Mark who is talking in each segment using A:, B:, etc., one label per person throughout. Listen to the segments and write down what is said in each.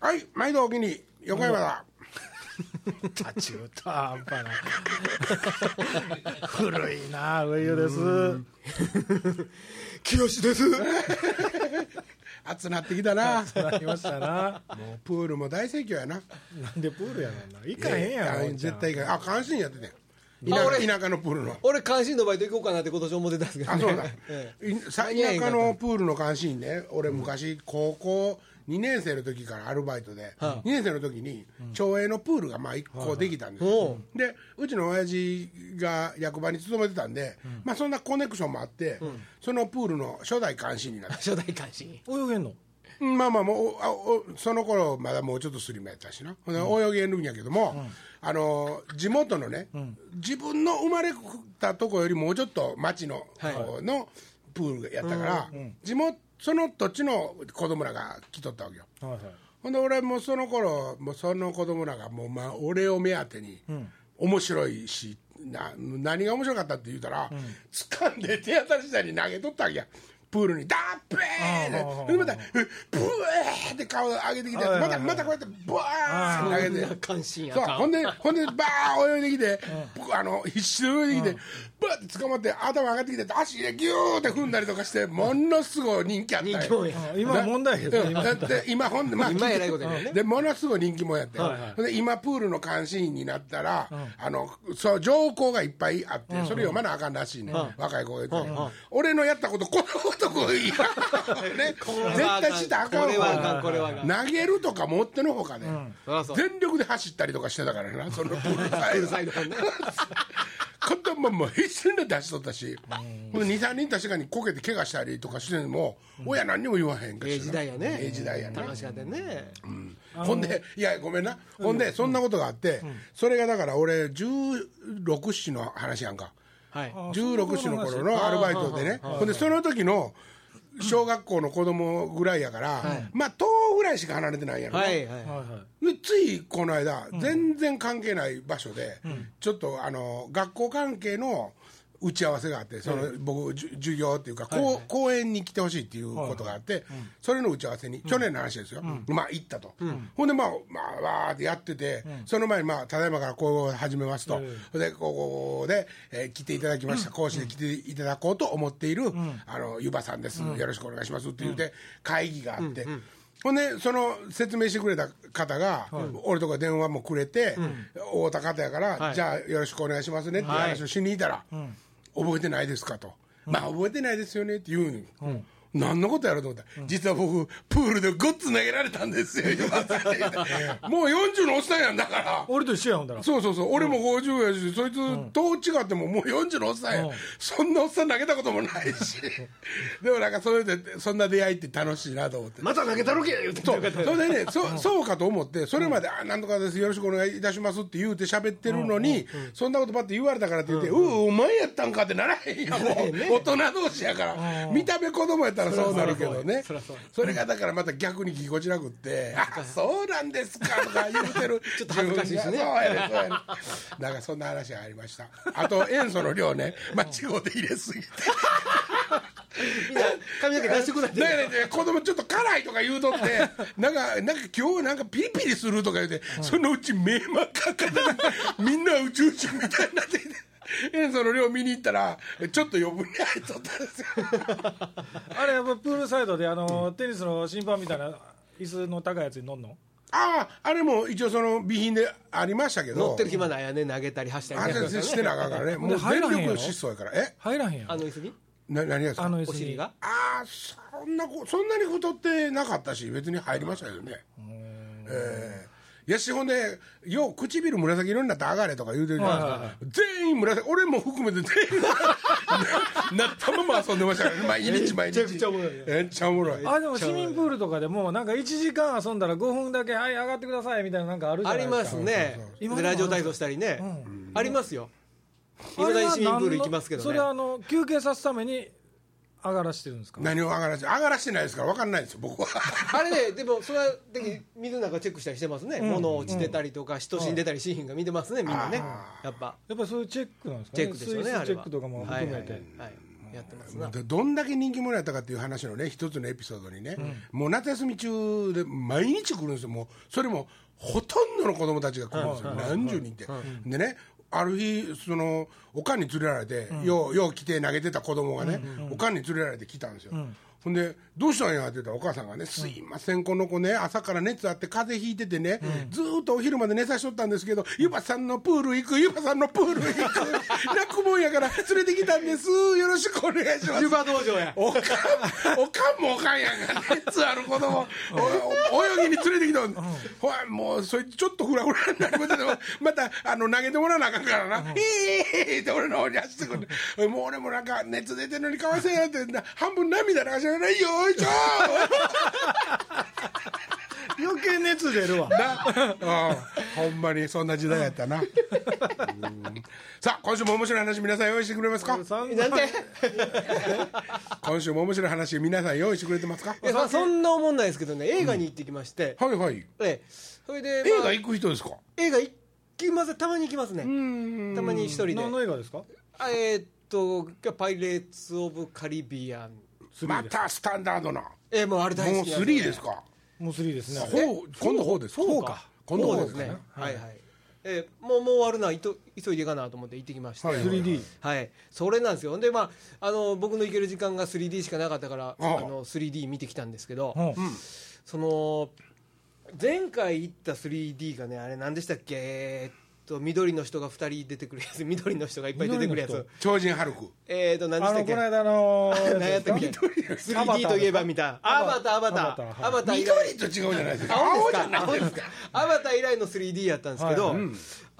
A: はい毎度お気に横山だ
B: 立ち歌半端ない古いな上湯です
A: 清 です暑なってきたな
B: なりましたな
A: もうプールも大盛況やな
B: なんでプールやろんな行かへんやろ
A: い
B: おんちゃん
A: 絶対行かんあ関心やってね田
C: あ俺
A: 田舎のプールの
C: 俺関心のバイト行こうかなって今年思ってたんですけど、
A: あ
C: ね、
A: そうだ
C: ええ
A: い最悪のプールの監視員ね俺昔高校2年生の時からアルバイトで、2年生の時に町営のプールがまあ1個できたんですよ、
C: お
A: でうちの親父が役場に勤めてたんで、まあ、そんなコネクションもあって、そのプールの初代監視員になった
C: 初代関心
B: 泳げんの
A: うんまあまあもうおあおその頃まだもうちょっとスリムやったしな、ほんで泳げるんやけども、あの地元のね、自分の生まれたとこよりもうちょっと町の
C: はい
A: 方のプールやったから、地元その土地の子供らが来とったわけよ
B: はいはい
A: ほんで俺もその頃もうその子供らがもうまあ俺を目当てに面白いし、な何が面白かったって言うたら、掴んで手当たり次第に投げとったわけやプールにダップー
B: あ
A: ン
B: あ
A: でまたブエーって顔上げてきて
B: ああ
A: またまたこうやってブワーンって投げて
C: 関心や
A: そう
C: か
A: ほんでほんでバーン泳いできて、僕あの必死で泳いできて、バーって捕まって頭上がってきて足でギューって踏んだりとかしてものすごい人気あったんよ
C: 人気もんや
B: あ今問題やけど
A: うん
B: 今
A: だって今ほんで、まあ、
C: 今えらいことやね
A: うんでものすごい人気もんやって、
B: はいはい
A: ほんで今プールの監視員になったら、あのそう条項がいっぱいあって、それ読まなあかんらしいね、若い子が言ってたけど、俺のやったことこのことこいや、 ね、絶対したらあかん
C: これはあかんこれはあかん
A: わ投げるとか持ってのほかね、
C: そらそう
A: 全力で走ったりとかしてたからなそのプールサイド
C: サイドね
A: 子供も必死に出しとったし、23人確かにこけて怪我したりとかしてんのも、親何にも言わへんか
C: ええ時代やね
A: ええ時代やね
C: 楽しかったね、
A: ほんでいやごめんなほんでそんなことがあって、それがだから俺16歳の話やんか
C: はい
A: 16歳の頃のアルバイトでねほんでその時の小学校の子供ぐらいやから、まあ10ぐらいしか離れてないやろな、
C: はいはい、
B: はいはい
A: でついこの間、全然関係ない場所で、ちょっとあの学校関係の打ち合わせがあってその、僕じゅ授業っていうか、こう講演に来てほしいっていうことがあって、それの打ち合わせに、去年の話ですよ、まあ行ったと、ほんでまあまあわーってやってて、その前に、まあ、ただいまからこう始めますと、でここで、えー来ていただきました、講師で来ていただこうと思っている、あのゆばさんです、よろしくお願いしますって言うて、会議があって。ほんでその説明してくれた方が、俺とか電話もくれて、会うた方やから、
C: はい
A: じゃあよろしくお願いしますねって話をしにいたら、覚えてないですかと、まあ覚えてないですよねって言うんよ、何のことやろうと思ったら、実は僕プールでごっつ投げられたんですよ 今って言ってもう40のおっさんやんだから
B: 俺と一緒やほんだら
A: そうそうそう俺も50やし、そいつどう違ってももう40のおっさんや、
B: うん
A: そんなおっさん投げたこともない しでもなんかそれでそんな出会いって楽しいなと思って
C: また投げたろけ言って
A: そうそれでねそそうかと思ってそれまで「あなんとかですよろしくお願いいたします」って言うて喋ってるのにそんなことばって言われたからって言って「ううお前やったんか」ってならへんやんもう大人同士やから見た目子供やったらそうなるけどねそれがだからまた逆にぎこちなくって「あそうなんですか」とか言うてるちょっ
C: と恥ずかしいしね
A: そうやねそうやねなんかそんな話がありましたあと塩素の量ね間違うで入れすぎて
C: みんな髪の毛合宿だって
A: だからね子供ちょっと辛いとか言うとって なんかなんか今日なんかピリピリするとか言うて、そのうち目真っ赤っかで みんな宇宙人みたいになってきて。 塩素の量見に行ったらちょっと余分に入っとったんですよ
B: あれやっぱプールサイドであのテニスの審判みたいな椅子の高いやつに乗んの
A: あああれも一応その備品でありましたけど
C: 乗ってる暇ないやね投げたり走った
A: あ
C: りね
A: れしてなあかんからねもう全
B: 入らへん
A: 力
B: よ
A: 疾走やからえ
B: 入らへんやん
C: あの椅子に
A: な何がです
B: あ
A: か
B: の椅子
C: お
B: に
C: 尻が
A: ああそんなこそんなに太ってなかったし別に入りましたけどねええいやしほんでよう唇紫色になって上がれとか言うてるじゃないですか全員紫俺も含めて全員ななったまま遊んでましたからね毎日毎日
C: めちゃくちゃおもろいね
A: めっちゃおもろい
B: あでも市民プールとかでもなんか1時間遊んだら5分だけはい上がってくださいみたいななんかあるじゃ
C: あ
B: ない
C: り
B: ですか
C: ますね
B: 今
C: で
B: でもあ
C: ラ
B: る
C: ジオ体操したりね、ありますよ
B: あ
C: 今
B: れは
C: だ市民プール行きますけどね
B: それはあの休憩さすために上がらしてるんですか
A: 何を上がらせ上がらしてないですから分かんないですよ 僕は
C: あれね、でもそれは的に水の中チェックしたりしてますね、物落ちてたりとか、人死んでたり、シーンが見てますね、みんなね、やっぱ、
B: やっぱそういうチェックなんですか
C: チ
B: ね
C: ェックですよね、
B: スイ
C: あ
B: スチ
C: れ
B: ェ
C: は。
B: ックとかも含めて、
C: はいはいはいはいやってますな
A: でどんだけ人気者やったかっていう話のね一つのエピソードにね、もう夏休み中で毎日来るんですよもうそれもほとんどの子供たちが来るんですよ、何十人って、でねある日そのおかんに連れられて、ようよう来て投げてた子供がね、おかんに連れられて来たんですよ、ほんで、どうしたんやって言ったら、お母さんがね、すいません、この子ね、朝から熱あって、風邪ひいててね、ずーっとお昼まで寝さしとったんですけど、ゆばさんのプール行く、ゆばさんのプール行く、 泣くもんやから連れてきたんです、よろしくお願いします
C: 湯。葉道場や
A: おかん、おかんもおかんやんか、熱ある子供、おお泳ぎに連れてきたんでほら、もう、それちょっとフラフラになりましたけど、また、あの、投げてもらわなあかんからな、ええって俺の方に走ってくるんでもう俺もなんか、熱出てるのにかわせんやって、半分涙流しながら、よいしょ
B: 余計熱出るわ
A: ーなうんほんまにそんな時代やったな。うんさあ、今週も面白い話皆さん用意してくれますか
B: 散々
C: なん て
A: 今週も面白い話皆さん用意してくれてますか
C: いやそそんな思んないですけどね映画に行ってきまして、
A: はいはい。
C: ええそれで、
A: 映
C: まあ
A: 画行く人ですか
C: 映画行きますたまに行きますねたまに一人で
B: 何の映画ですか
C: あえーっと「パイレーツ・オブ・カリビアン
A: またスタンダードなも」
C: ええもうあれ
A: う
C: 大好きなん
A: 3ですか
B: もう3ですね
A: ほう今度ほうです
C: そうか
A: 今度
C: そう
A: ほう
C: で
A: ですすね
C: ねはいはい、ええもうもう終わるないと急いでいかなと思って行ってきました、
A: はい
C: はい
B: 3D
C: それなんですよでまああの僕の行ける時間が 3D しかなかったからあ
A: ああ
C: の 3D 見てきたんですけど、
B: うん
C: その前回行った 3D がねあれ何でしたっけえーっと緑の人が2人出てくるやつ 緑の人がいっぱい出てくるや
B: 緑の
C: つ
A: 超人ハルク
C: えーっと何でし
B: あの
C: たっ
B: こ
C: け
B: の間の
C: 何やったっけ 3D といえば見たア
B: ア
C: バ
B: バ
C: タ
B: タ
C: ー
B: ー
C: アバタ
B: アバター
C: ーアバター以来
A: 緑と違うじゃないですか
C: 青
A: 青
C: で
A: じゃ
C: すか
A: ない
C: 青ですかアバター以来の 3D やったんですけど、
B: はいはい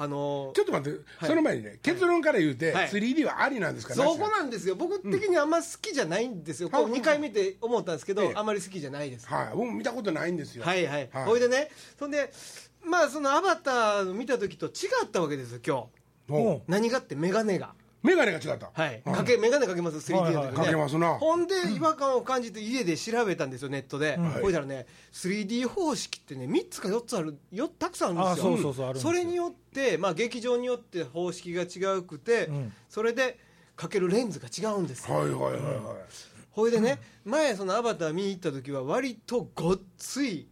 C: あの
A: ちょっと待ってその前にね結論から言うて
C: はい
A: 3D はありなんですか
C: そ
A: なし
C: こなんですよ僕的にあんま好きじゃないんですよ、こう2回見て思ったんですけど、
A: ええ
C: あんまり好きじゃないです
A: はい僕も見たことないんですよ
C: はいはい、
A: はい
C: ほいでねそんでまあそのアバターを見た時と違ったわけですよ今日
A: ほう
C: 何がって眼鏡が
A: 眼鏡が違った
C: はいかけ眼鏡かけます 3D の時ね、
B: はいはい
A: かけますな
C: ほんで違和感を感じて家で調べたんですよネットで、
A: はい
C: ほいだらね 3D 方式ってね3つか4つあるよたくさんあるんですよ
B: あそうそうそうあるんですよ
C: れによって、まあ、劇場によって方式が違うくて、
B: ん
C: それでかけるレンズが違うんですよ
A: はいはいはいはい
C: ほいでね、前そのアバター見に行った時は割とごっつい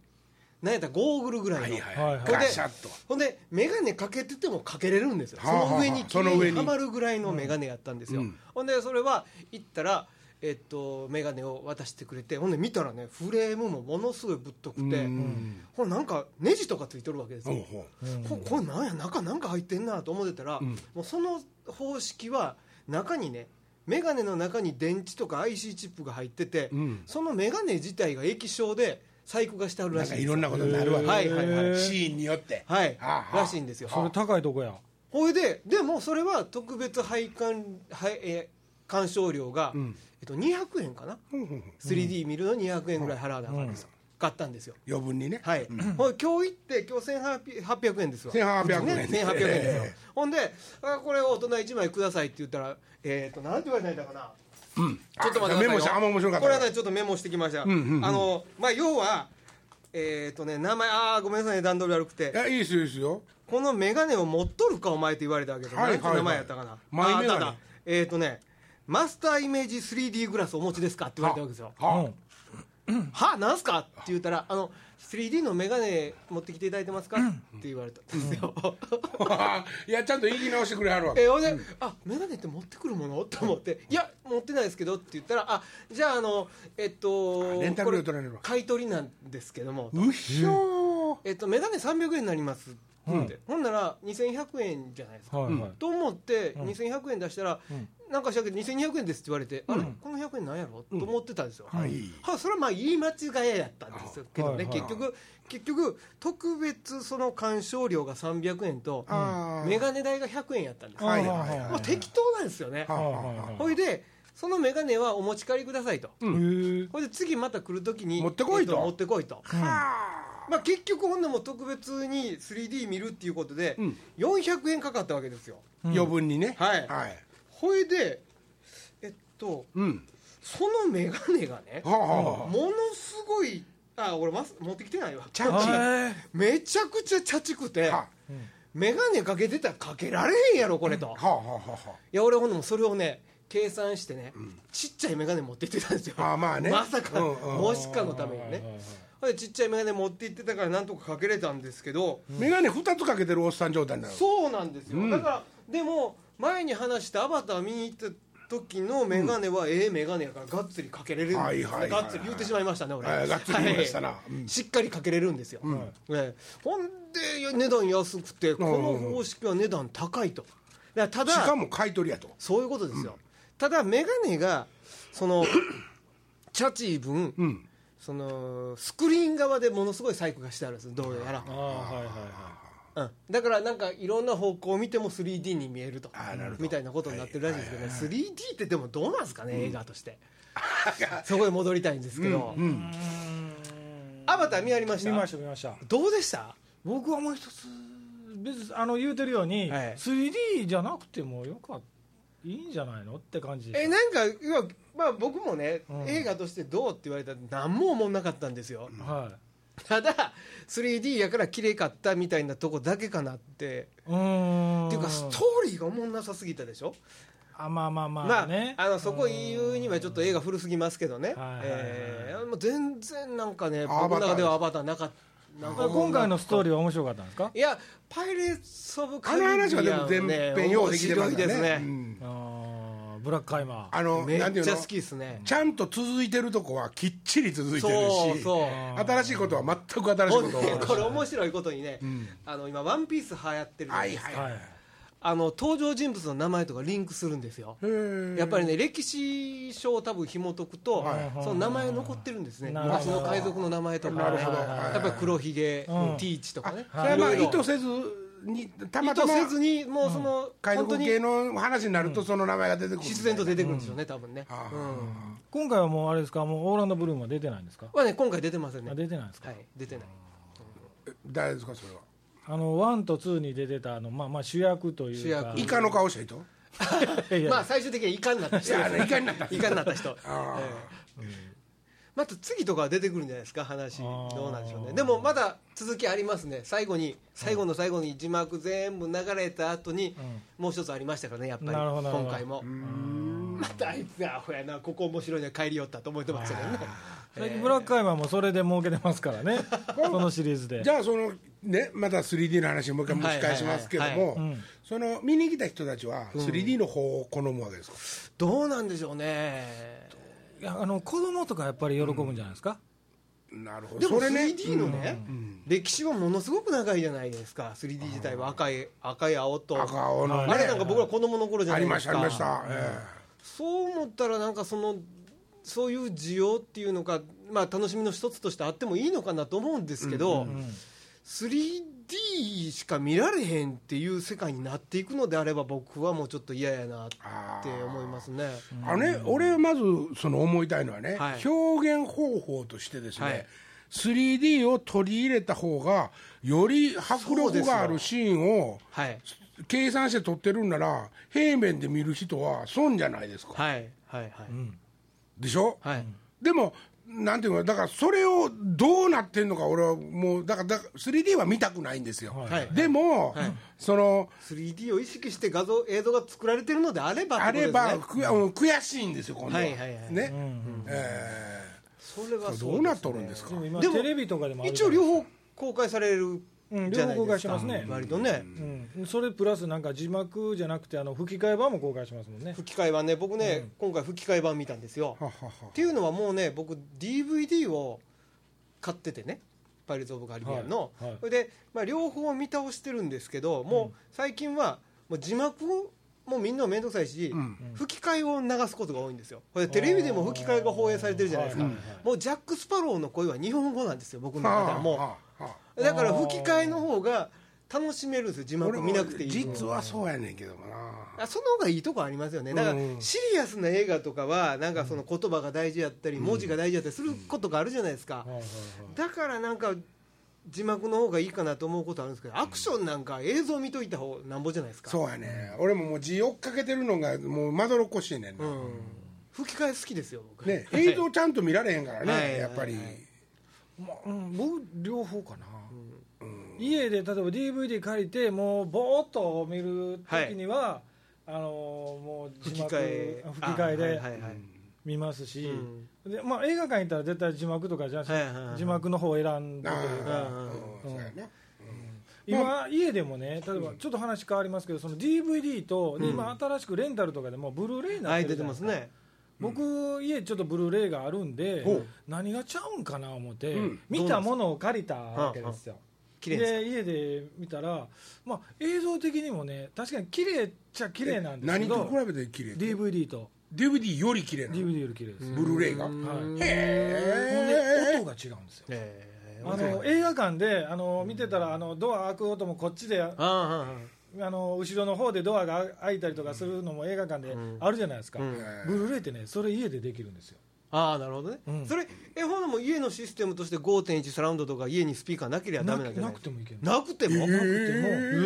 C: なんやったらゴーグルぐらいの、
A: はいはい
B: ほい
C: で
A: ガシャッと
C: ほんで眼鏡かけててもかけれるんですよ、
A: はあはあ
C: その上に
A: その
C: 綺麗
A: 上
C: に
A: に
C: はまるぐらいの眼鏡やったんですよ、
A: うん
C: ほんでそれは行ったら、えっと、眼鏡を渡してくれてほんで見たらねフレームもものすごいぶっとくて
A: うん
C: ほらなんかネジとかついてるわけです
A: ほ
C: よ、
A: うほう
C: ここれなんや中なんか入ってんなと思ってたら、もうその方式は中にね眼鏡の中に電池とか IC チップが入ってて、
A: ん
C: その眼鏡自体が液晶で細工がしてある
A: な
C: ら
A: ん
C: しい
A: か
C: んで
A: い
C: す
A: ろんなことになるわけ
C: はいはいはい
B: へー
A: シーンによって
C: はい
A: ああ
C: らしいんですよ
B: それ高いとこや
C: ほいででもそれは特別配管はいえー鑑賞料が、えっと、200円かな、
A: ほうほうほう
C: 3D 見るのに200円ぐらい払わなあかったんですよ、買ったんですよ
A: 余分にね
C: はい、ほい今日行って今日1800円ですわ
A: 1800円
C: ね、1800円ですよ、ほんであこれを大人1枚くださいって言ったらえっ、となんて言われたんだかなちょっと待ってくださいよ
A: メモしてあんま面白かった
C: これはねちょっとメモしてきました、あのまあ要はえっ、とね名前ああごめんなさいね段取り悪くて
A: いやいいですよいいですよ
C: この眼鏡を持っとるかお前と言われたわけで、
A: はいはいはい
C: なんて名前やったかな
A: マイ
C: あ
A: メガネ
C: だだえっ、とねマスターイメージ 3D グラスお持ちですかって言われたわけですよ
A: は
B: うん
C: はあ、なんすかって言ったら、あの 3D のメガネ持ってきていただいてますか、って言われたんですよ。
A: いやちゃんと言い直してくれはるわけ
C: えほんで、あメガネって持ってくるものと思って、いや、持ってないですけどって言ったら、あじゃあ、あの、えっと、
A: あレンタル料取られるわ
C: こ買い取りなんですけども、
A: うひょ
C: えっと、メガネ300円になりますって言って、ほんなら2100円じゃないですか。
B: はいはい
C: と思って、2100円出したら、なんかしらんけど、2200円ですって言われて、あれ、この100円なんやろと思ってたんですよ。
A: ーはい
C: はそれはまあ言い間違いやったんですけど
B: は
C: ね、
B: いはい
C: 結局結局特別その鑑賞料が300円と
A: あー
C: メガネ代が100円やったんですよ
A: はい
B: あー
A: はいはい
C: もう適当なんですよね
A: はあ
C: ほいでそのメガネはお持ち帰りくださいと、
B: へえ
C: ほいで次また来る時に
A: 持ってこいと
C: えっ持ってこいと、まあ、結局ほんでもう特別に 3D 見るっていうことで、
A: ん
C: 400円かかったわけですよ
A: 余分にね
C: はい
A: はい
C: ほいでえっと
A: うん
C: そのメガネがね
A: はあは
C: ものすごいあ俺マス持ってきてないわ
A: チャッチ
B: へえ
C: めちゃくちゃチャチくて
A: あは
C: 眼鏡かけてたらかけられへんやろこれと
A: あはあはあはあ
C: いや俺ほんでもそれをね計算してね、ちっちゃい眼鏡持って行ってたんですよ
A: あーまあね
C: まさか、
A: うんうん
C: もしかのためにね、ほんでちっちゃい眼鏡持って行ってたからなんとかかけれたんですけど、
A: 眼鏡2つかけてるおっさん状態になる
C: そうなんですよ、だからでも前に話したアバター見に行った時の眼鏡はええ眼鏡やからがっつりかけれるんですよ、
A: はいはいはいはい
C: がっつり言ってしまいましたね俺
A: はいがっつり言いま したな
C: はい
A: うん
C: しっかりかけれるんですよ、ねほんで値段安くてこの方式は値段高いとだからただ
A: しかも買い取りやと
C: そういうことですよ、ただ眼鏡が そのチャチー分、
A: うん
C: そのスクリーン側でものすごい細工がしてあるんですどうやら、
B: ああはいはいはい
C: うん、だからなんかいろんな方向を見ても 3D に見えると
A: あーなるほど
C: みたいなことになってるらしいですけどね、3D ってでもどうなんですかね、映画としてそこへ戻りたいんですけど、アバター見やりました
B: 見ました見ました
C: どうでした
B: 僕はもう一つ別にあの言うてるように、
C: はい
B: 3D じゃなくてもよかいいんじゃないのって感じで
C: え
B: し
C: なんかいやまあ僕もね、
B: うん
C: 映画としてどうって言われたら何も思んなかったんですよ、
B: たは
C: ただ 3D やから綺麗かったみたいなとこだけかなって、
B: いうーん
C: っていうかストーリーがおもんなさすぎたでしょ
B: あまあまあまあ、
C: まあ、
B: ね
C: あのそこ言うにはちょっと映画古すぎますけど
B: は
C: ね、
B: いはいはい
C: えーもう全然なんかね、
A: アバター
C: 僕の中ではアバターなかった、なんか
B: 今回のストーリーは面白かったんですか
C: いや、パイレーツ・オブ・
A: あの話はでも全編ようできてます
C: ね
A: から
C: 面白いで
A: ねう
C: すね、
A: ん
B: あーブラックカイマー
A: あの
C: め
A: なんてい
C: っ
A: う
C: ちゃ
A: の
C: 好きですね、
A: ちゃんと続いてるとこはきっちり続いてる
C: そう
A: し
C: そう。
A: 新しいことは全く新しい
C: ほ
A: こ
C: ん
A: と
C: で
A: を
C: これ面白いことにね、あの今「ワンピース流行ってるじゃないですか、
A: はい
B: はい
C: あの登場人物の名前とかリンクするんですよやっぱりね歴史書を多分紐解くと、
A: はい
C: その名前残ってるんですね
B: なるほ
C: 昔
B: ど
C: の海賊の名前とか、
A: な
C: ね、
A: るほど
C: やっぱり黒ひげ、
B: うん
C: ティーチとかね
A: それはまあ
C: いろい
A: 意図
C: ろ
A: せずにたま
C: 意
A: た
C: 図
A: ま
C: せずにもうその、
A: 海
C: 本当
A: 賊
C: に
A: 系の話になるとその名前が出てくる
C: 必然と出てくるんでしょうね、多分ね、うん
A: ああ
B: 今回はもうあれですかもうオーランドブルームは出てないんですか、
C: はね今回出てませんね
B: あ出てないんですか、
C: はい出てない
A: 誰ですかそれは
B: あの1と2に出てたあの、まあ、まあ主役というか
C: 主
A: イカの顔した人
B: いや
C: まあ最終的にはいかになった人です
A: いやイカになった
C: イカになった人
A: あ
C: また次とかは出てくるんじゃないですか話
B: あー
C: どうなんでしょうねでもまだ続きありますね最後に最後の最後に字幕全部流れた後に、もう一つありましたからねやっぱり
B: なるほどなるほど
C: 今回もまたあいつアホやなここ面白いな帰り寄ったと思ってましたけどね
B: 最近ブラックカイマーもそれで儲けてますから ねこのシリーズ
A: あ
B: で
A: じゃあそのねまた 3D の話もう一回蒸し返しますけど
C: はいはい
A: もその見に来た人たちは 3D の方を好むわけですか
C: どうなんでしょうね
B: いやあの子供とかやっぱり喜ぶんじゃないですか、
A: なるほ
C: で
A: ど
C: も
A: それね
C: 3D のね、歴史はものすごく長いじゃないですか 3D 自体は赤い赤い青と
A: 赤青のね
C: あれなんか僕ら子供の頃じゃ
A: あ
C: な
A: り
C: い
A: ま
C: で
A: し
C: す
A: た
C: か
A: ありましたえ
C: そう思ったらなんかそのそういう需要っていうのか、まあ、楽しみの一つとしてあってもいいのかなと思うんですけど、3D しか見られへんっていう世界になっていくのであれば僕はもうちょっと嫌やなって思いますね。
A: えあのね俺はまずその思いたいのはね
C: はい
A: 表現方法としてです
C: は
A: ね
C: い
A: 3D を取り入れた方がより迫力があるシーンを
C: はい、
A: 計算して撮ってるんなら平面で見る人は損じゃないですか
C: はい、はい、はい、
A: でしょ、
C: はい、
A: でもなんていうのだからそれをどうなってんのか俺はもうだからだから 3D は見たくないんですよ、
C: はい
A: でも、その
C: 3D を意識して画像映像が作られてるのであればって
A: あ
C: ことです
A: れ
C: ね
A: ば、くやうん悔しいんですよ今度は、
C: はいはいはい
A: ね、え
C: それは
A: ー
C: そう
A: どうなっとるんですか
B: でも今
C: でも
B: テレビとかでもあるじ
C: 一
B: ゃ
C: 応
B: ない
C: 両方公開される
B: うん
C: じゃない
B: 両方公開
C: です
B: し
C: か、
B: ますね
C: 割とね、
B: うん、それプラスなんか字幕じゃなくてあの吹き替え版も公開しますもんね
C: 吹き替え版ね僕ね、今回吹き替え版見たんですよ
A: ははは
C: っていうのはもうね僕 DVD を買っててね「パイレーツ・オブ・カリビアンの」
B: はいはい
C: それで、まあ、両方見倒してるんですけどもう最近はもう字幕もうみんな面倒くさいし、吹き替えを流すことが多いんですよこれテレビでも吹き替えが放映されてるじゃないですか、
B: はいはい
C: もうジャック・スパローの声は日本語なんですよ僕の中ではも
A: あはあ
C: うだから吹き替えの方が楽しめるんですよ字幕
A: 俺
C: 見
A: も
C: なくていい分
A: 実はそうやねんけどもな
C: あその方がいいとこありますよねだから
A: うん
C: シリアスな映画とかはなんかその言葉が大事やったり文字が大事やったりすることがあるじゃないですか
B: はいはい
C: だからなんか字幕の方がいいかなと思うことあるんですけどアクションなんか映像見といた方なんぼじゃないですか
A: そうやね俺ももう字追っかけてるのがもうまどろっこしいねんな、
C: うん吹き替え好きですよ僕
A: ね、映像ちゃんと見られへんからね、
C: はいはい
A: やっぱり、
B: まあうん、僕両方かな、家で例えば DVD 借りてもうぼーっと見る時には、あのーもう
C: 吹
B: 字
C: き
B: 幕
C: 替え
B: 吹き替え
C: あはい
B: で
C: はいはい
B: 見ますし、
C: うん
B: でまあ、映画館行ったら絶対字幕とかじゃなくて、
C: はいはいはい
B: 字幕の方を選んで
A: あ
B: というか
A: あ
C: うん
A: うんそうやな
B: 今、家でもね例えばちょっと話変わりますけどその DVD と、
C: うん
B: 今新しくレンタルとかでもブルーレイになっ
C: は
B: て
C: い
B: る
C: 出
B: じゃ
C: て
B: ない
C: ま
B: ですすか、
C: ね
B: 僕家ちょっとブルーレイがあるんで、
A: ほう
B: 何がちゃうんかな思って、
A: うん
B: 見たものを借りたわけですよ、
C: 綺麗です
B: で家で見たら、まあ、映像的にもね確かに綺麗っちゃ綺麗なんですけ
A: 何と
B: ど
A: 比べて綺麗
B: DVD と
A: DVD より綺麗な
B: DVD より綺麗です、
A: ブルーレイが
B: はい、ほんで
A: へえ
B: 音が違うんですよ
C: えー
B: あの映画館であの見てたらあのドア開く音もこっちであ
C: あ
B: の後ろの方でドアが開いたりとかするのも映画館であるじゃないですか、
C: うん
B: ブルーレイってねそれ家でできるんですよ
C: あああなるほどね、
B: うん
C: それえほなもう家のシステムとして5.1サラウンドとか家にスピーカーなければダメなんじゃない
B: なくてもいける
C: なくても、
A: え
C: え
A: ー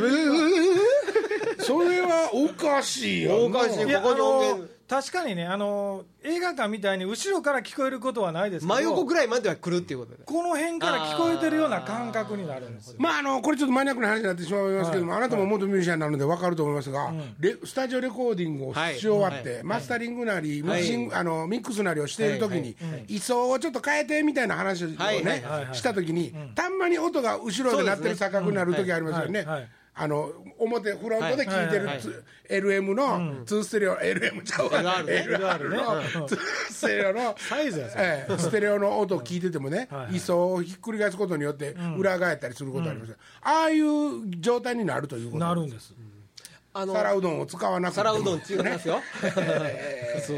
C: ー
A: それはおかしいよ
C: おかしい
B: いやあ
C: ここに音
B: の
C: 源
B: 確かにねあの映画館みたいに後ろから聞こえることはないですけど
C: 真横ぐらいまでは来るっていうことで
B: この辺から聞こえてるような感覚になるんですよ
A: まあ、あのこれちょっとマニアックな話になってしまいますけども、あなたも元ミュージシャンなので分かると思いますが、レスタジオレコーディングをし終わって、
C: はい
A: マスタリングなり、
C: はい
A: ミキシングあのミックスなりをしている時に、
B: はいはい
A: 位相をちょっと変えてみたいな話をね、
C: はいはいはい
B: はい
A: した時に、たんまに音が後ろで鳴ってる
C: そうですね
A: 錯覚になる時ありますよね。
B: うんはいはい
A: あの表フロントで聴いてる
C: はいはい
A: つ LM の2ステレオ LM ちゃうわ
C: LR ね
A: LR の2ステレオの
B: サイズやそれ
A: え え、ステレオの音を聞いててもね、位相をひっくり返すことによって裏返ったりすることあります、ああいう状態になるということ
B: なるんです
C: あの
A: 皿うどんを使わなくても
C: 皿 うどん違いますよ
B: そうそうそうそ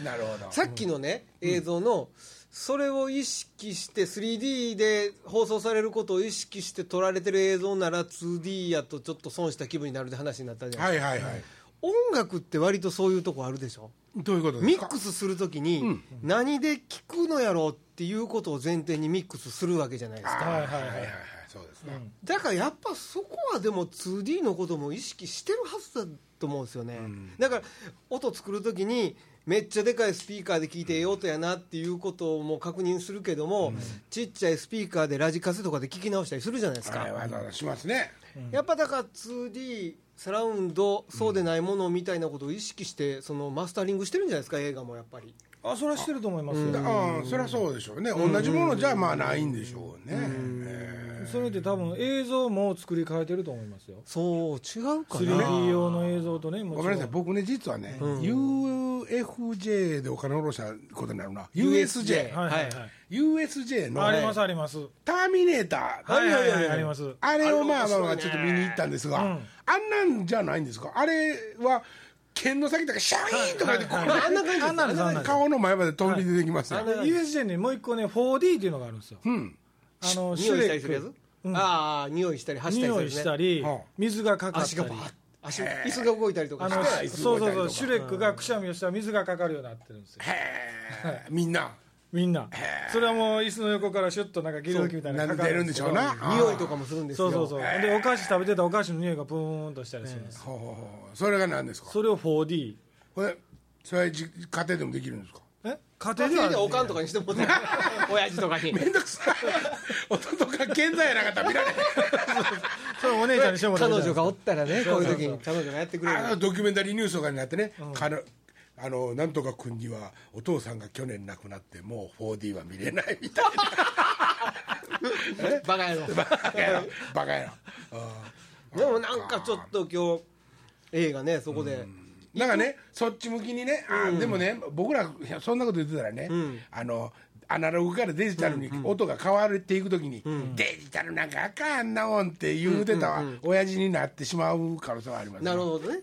B: う
A: なるほど
C: さっきのね映像の、それを意識して 3D で放送されることを意識して撮られてる映像なら 2D やとちょっと損した気分になるって話になったじゃん、
A: はいはいはい
C: 音楽って割とそういうとこあるでしょ
A: どういうことで
C: ミ
A: す
C: ッ
A: か
C: クスするときに何で聞くのやろうっていうことを前提にミックスするわけじゃないですか
A: はい
B: はいはい
A: は
B: はいい
A: はいそうですね、
C: だからやっぱそこはでも 2D のことも意識してるはずだと思うんですよね、だから音作るときにめっちゃでかいスピーカーで聞いてええ音やなっていうことも確認するけども、ちっちゃいスピーカーでラジカセとかで聞き直したりするじゃないですか、
A: あれわざわざしますね
C: やっぱだから 2D サラウンドそうでないものみたいなことを意識してそのマスタリングしてるんじゃないですか映画もやっぱり
B: あそれはしてると思いますよ
A: だああそりゃそうでしょうね同じものじゃまあないんでしょうね、え
B: それで多分映像も作り変えてると思いますよ
C: そう違うかな
B: 3D 用の映像とね
A: え
B: も
A: ごめんなさい僕ね実はね、UFJ でお金を下ろしたことになるな USJ
B: はいはいはい、
A: USJ の
B: ありますあります
A: ターミネーター、
B: はいはい
C: は
B: はいいあります
A: あれをまあまあま
C: あ
A: あ
C: れ面白いね
A: ちょっと見に行ったんですが、
B: うん
A: あんなんじゃないんですかあれは剣の先とかシャイーンとかでこう、
C: あんな感じです
B: あんなんですあんなんです
A: 顔の前まで飛び出てきますよ、
C: はいあの
B: で USJ にもう一個ね 4D っていうのがあるんですよ、
A: うん
B: あの
C: 匂いしたりするやつ、
B: うん
C: ああ匂いしたり走ったりす
B: 匂
C: る、ね、
B: いしたり、
A: うん
B: 水がかかっ
C: 足
B: た
C: が
B: り
C: バーッ足椅子が動いたりと
B: あ
C: か
B: の
C: して
A: い
B: そうそ
A: 動い
B: う
A: たりと
B: そう
A: か
B: シュレックがくしゃみをしたら水がかかるようになってるんですよ
A: へえみんな
B: みんなそれはもう椅子の横からシュッとなんかギルギルみたいな
A: な
B: の
A: ん
B: が
A: で
B: かか
A: 出る
B: る
A: ん
B: ん
A: で
B: で
A: し
B: す
A: ょう
B: よ
A: な
C: 匂いとかもするんです
B: そ
C: よ
B: うそうそうでお菓子食べてたお菓子の匂いがプーンとしたりするんです
A: あーほうほうほうそれが何ですか
B: それを 4D
A: これそれじ家庭でもできるんですか
B: え家
C: 家
B: 庭で
C: 庭
B: は
C: でおかんとかにしてもらって 親父とかに
A: めんどくさい音とか健在やなかったら見られへん
B: それお姉ちゃんにしてもら
C: 彼
B: う
C: 女がおったらねこういう時に彼女がやってくれ る
A: あのドキュメンタリーニュースとかになってね、かのあのなんとか君にはお父さんが去年亡くなってもう 4D は見れないみたい
C: バカ野郎
A: なバカやろバカやろ
C: でもなんかちょっと今日映画ねそこで
A: うんなんかねそっち向きにねあー、でもね僕らいやそんなこと言ってたらね、あのアナログからデジタルに音が変わっていくときに、デジタルなんかあかんあんなもんって言うてたわ、親父になってしまう可能性はありますね
C: なるほどね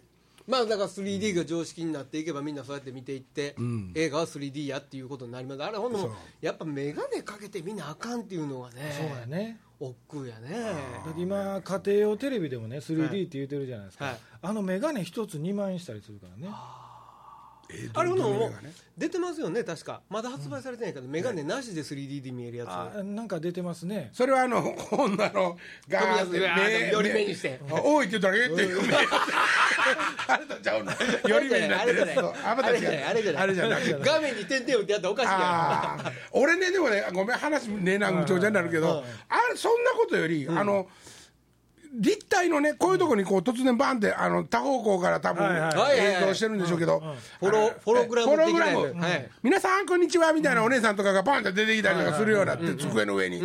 C: まあだから 3D が常識になっていけばみんなそうやって見ていって映画は 3D やっていうことになりますあれほんでもやっぱ眼鏡かけてみなあかんっていうのが
B: そうや
C: ね
B: ね
C: 億劫やね
B: だって今家庭用テレビでもね 3D って言ってるじゃないですか、
C: はい
B: あの眼鏡一つ2万円したりするからね
A: えー
C: あれほんでも
A: ど
C: も
A: う
C: う
A: いうのがね
C: 出てますよね確かまだ発売されてないけど眼鏡なしで 3D で見えるやつ
B: あなんか出てますね
A: それはあの 女のガーッて
C: 飛ぶやつうわーより目にして
A: あ多いって言ったらええっていう 目あれとちゃうのより目になってる
C: あれじゃない
A: そうアバター違う
C: あれじゃない
A: あれじゃなくて
C: 画面に点々打ってやったらおかしいや
A: あー俺ねでもねごめん話ねえなぐちゃぐちゃになるけどあれそんなことよりあの立体のね、こういうとこにこう突然バンって、あの、多方向から多分、
B: はいはい
C: はいはい
A: 映像してるんでしょうけど、
C: フォローフォログラム的なやつ
A: フォログラム
C: はい
A: 皆さん、こんにちはみたいなお姉さんとかがバンって出てきたりとかするようになって、机の上に。